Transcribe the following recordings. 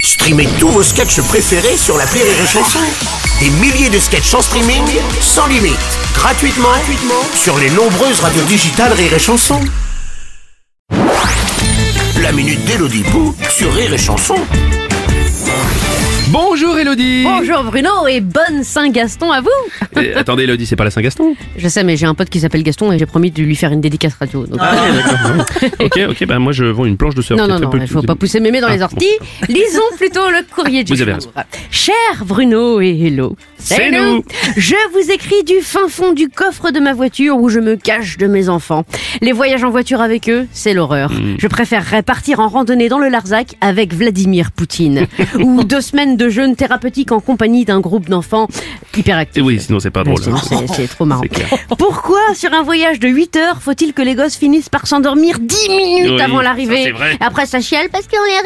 Streamez tous vos sketchs préférés sur la Rire et Chanson. Des milliers de sketchs en streaming, sans limite, gratuitement, gratuitement sur les nombreuses radios digitales Rire et Chanson. La minute d'Elodie Pou sur Rire et Chanson. Bonjour Elodie Eh, Bonjour Bruno et bonne Saint-Gaston à vous Attendez Elodie, c'est pas la Saint-Gaston Je sais mais j'ai un pote qui s'appelle Gaston et j'ai promis de lui faire une dédicace radio. donc- Ah, Ok, ok, bah moi je vends une planche de surf. Ah, non, non, Très non, peu- il faut pas pousser mémé dans les Ah, orties. Lisons plutôt le courrier du Vous avez jour. Cher Bruno et Hello. C'est nous. Je vous écris du fin fond du coffre de ma voiture où je me cache de mes enfants. Les voyages en voiture avec eux, c'est l'horreur. Hmm. Je préférerais partir en randonnée dans le Larzac avec Vladimir Poutine. ou deux semaines de jeûne thérapeutique en compagnie d'un groupe d'enfants hyperactifs. Et Eh oui, sinon c'est pas drôle. Ouais, sinon, c'est- C'est trop marrant. C'est clair. Pourquoi, sur un voyage de 8 heures, faut-il que les gosses finissent par s'endormir 10 minutes Oui, avant ça, c'est l'arrivée vrai. Après, ça chiale parce qu'on les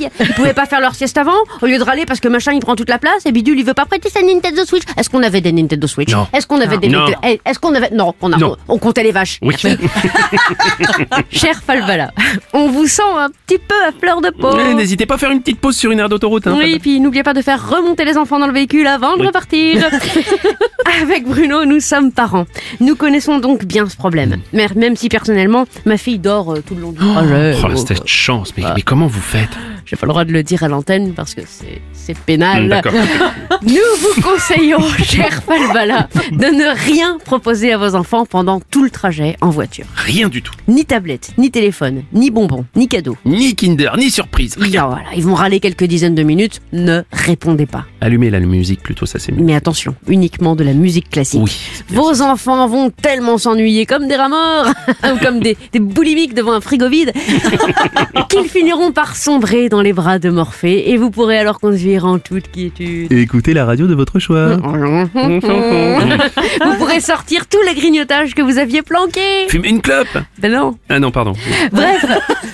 réveille. Ils pouvaient pas faire leur sieste avant, au lieu de râler parce que machin il prend toute la place et Bidule il veut pas prêter sa Nintendo Switch. Est-ce qu'on avait des Nintendo Switch Non. Est-ce qu'on avait des Non. Nintendo- Eh, Est-ce qu'on avait. Non, on, a- Non. on comptait les vaches. Oui. Cher Falvala, on vous sent un petit peu à fleur de peau. Ouais, Eh, N'hésitez pas à faire une petite pause sur une aire d'autoroute. hein. Oui, puis n'oubliez pas de faire remonter les enfants dans le véhicule avant de Oui. repartir. Avec Bruno, nous sommes parents. Nous connaissons donc bien ce problème. Mais même si personnellement, ma fille dort euh, tout le long du projet. Mm. Oh, la cette chance, Ah. mais, mais comment vous faites oh. J'ai pas le droit de le dire à l'antenne parce que c'est- c'est pénal. Hum, D'accord. Nous vous conseillons, cher Falbala, de ne rien proposer à vos enfants pendant tout le trajet en voiture. Rien du tout. Ni tablette, ni téléphone, ni bonbon, ni cadeau. Ni Kinder, ni surprise. Rien. Non, voilà, ils vont râler quelques dizaines de minutes. Ne répondez pas. Allumez la musique plutôt, ça c'est mieux. Mais attention, uniquement de la musique classique. Oui. c'est bien. Vos enfants vont tellement s'ennuyer comme des rats morts ou comme des, des boulimiques devant un frigo vide qu'ils finiront par sombrer dans les bras de Morphée et vous pourrez alors conduire en toute quiétude. Et écoutez la radio de votre choix. Vous pourrez sortir tous les grignotages que vous aviez planqués. Fumez une clope Ben non. Ah non, pardon. Bref,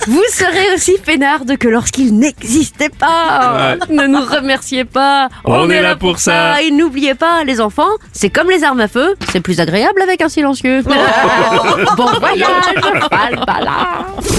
vous serez aussi peinarde que lorsqu'il n'existait pas. Ne nous remerciez pas. On est là pour ça. Et n'oubliez pas, les enfants, c'est comme les armes à feu, c'est plus agréable avec un silencieux. bon voyage, Falbala.